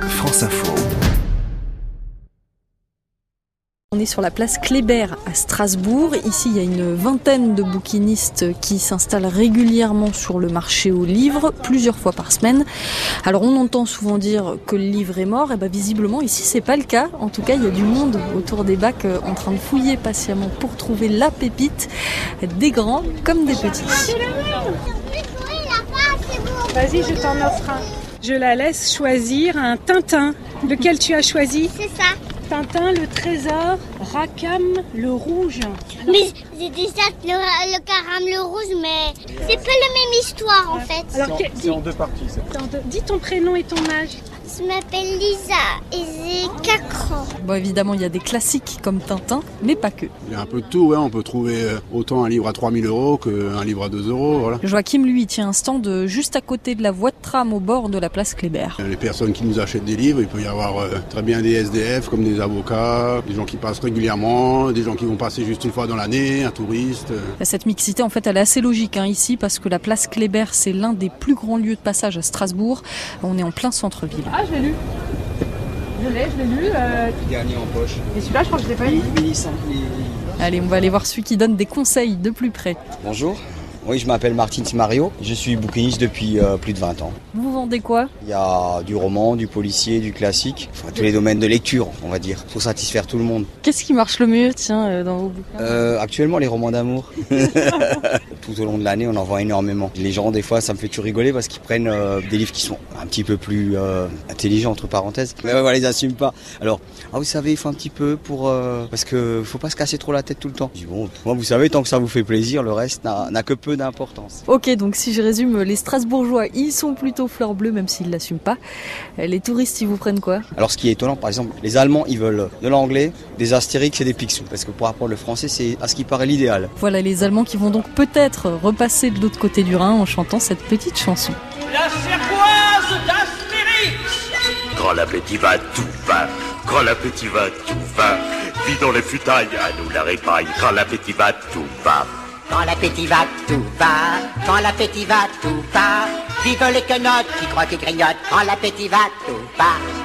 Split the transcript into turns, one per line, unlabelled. Mars Info.
On est sur la place Kléber à Strasbourg. Ici, il y a une vingtaine de bouquinistes qui s'installent régulièrement sur le marché aux livres, plusieurs fois par semaine. Alors, on entend souvent dire que le livre est mort. Et ben, visiblement, ici, c'est pas le cas. En tout cas, il y a du monde autour des bacs euh, en train de fouiller patiemment pour trouver la pépite, des grands comme des petits.
Vas-y, je t'en offre un. Je la laisse choisir un Tintin. Lequel tu as choisi
C'est ça.
Tintin, le trésor, Rackham, le rouge.
Mais j'ai déjà le, le carame, le rouge, mais c'est pas la même histoire en fait.
Alors, que- dis,
deux parties.
attends, de- dis ton prénom et ton âge.
Je m'appelle Lisa et j'ai 4 ans.
Bon, évidemment, il y a des classiques comme Tintin, mais pas que.
Il y a un peu de tout, ouais. on peut trouver euh, autant un livre à 3000 euros qu'un livre à 2 euros. Voilà.
Joachim, lui, il tient un stand euh, juste à côté de la voie de tram au bord de la place Kléber.
Euh, Les personnes qui nous achètent des livres, il peut y avoir euh, très bien des SDF comme des avocats, des gens qui passent régulièrement, des gens qui vont passer juste une fois dans l'année, un touriste. euh.
Bah, Cette mixité, en fait, elle est assez logique hein, ici parce que la place Kléber, c'est l'un des plus grands lieux de passage à Strasbourg. On est en plein centre-ville.
Ah, je l'ai lu. Je l'ai, je l'ai lu. euh,
Dernier en poche.
Et celui-là, je crois que je l'ai pas lu.
Allez, on va aller voir celui qui donne des conseils de plus près.
Bonjour. Oui, je m'appelle Martins Mario. Je suis bouquiniste depuis euh, plus de 20 ans.
Vous vendez quoi
Il y a du roman, du policier, du classique, enfin, tous les domaines de lecture, on va dire, pour satisfaire tout le monde.
Qu'est-ce qui marche le mieux, tiens, euh, dans vos bouquins
Euh, actuellement, les romans d'amour. tout au long de l'année, on en vend énormément. Les gens, des fois, ça me fait toujours rigoler parce qu'ils prennent euh, des livres qui sont un petit peu plus euh, intelligents, entre parenthèses. Mais ouais, voilà, ils n'assument pas. Alors, ah, vous savez, il faut un petit peu pour... euh, parce que faut pas se casser trop la tête tout le temps. Je dis, bon, moi, vous savez, tant que ça vous fait plaisir, le reste n'a n'a que peu d'importance.
Ok, donc si je résume, les Strasbourgeois, ils sont plutôt fleurs bleues, même s'ils l'assument pas. Euh, Les touristes, ils vous prennent quoi
Alors ce qui est étonnant, par exemple, les Allemands, ils veulent de l'anglais, des astérix et des picsou. Parce que pour apprendre le français, c'est à ce qui paraît l'idéal.
Voilà, les Allemands qui vont donc peut-être repasser de l'autre côté du Rhin en chantant cette petite chanson.
La cervoise d'Astérix
Quand l'appétit va, tout va. Quand l'appétit va, tout va. Vis dans les futailles, à nous la répaille. Quand l'appétit va, tout va.
Quand l'appétit va, tout va. Quand l'appétit va, tout va. Vive les quenottes qui croient qu'ils grignotent. Quand l'appétit va, tout va.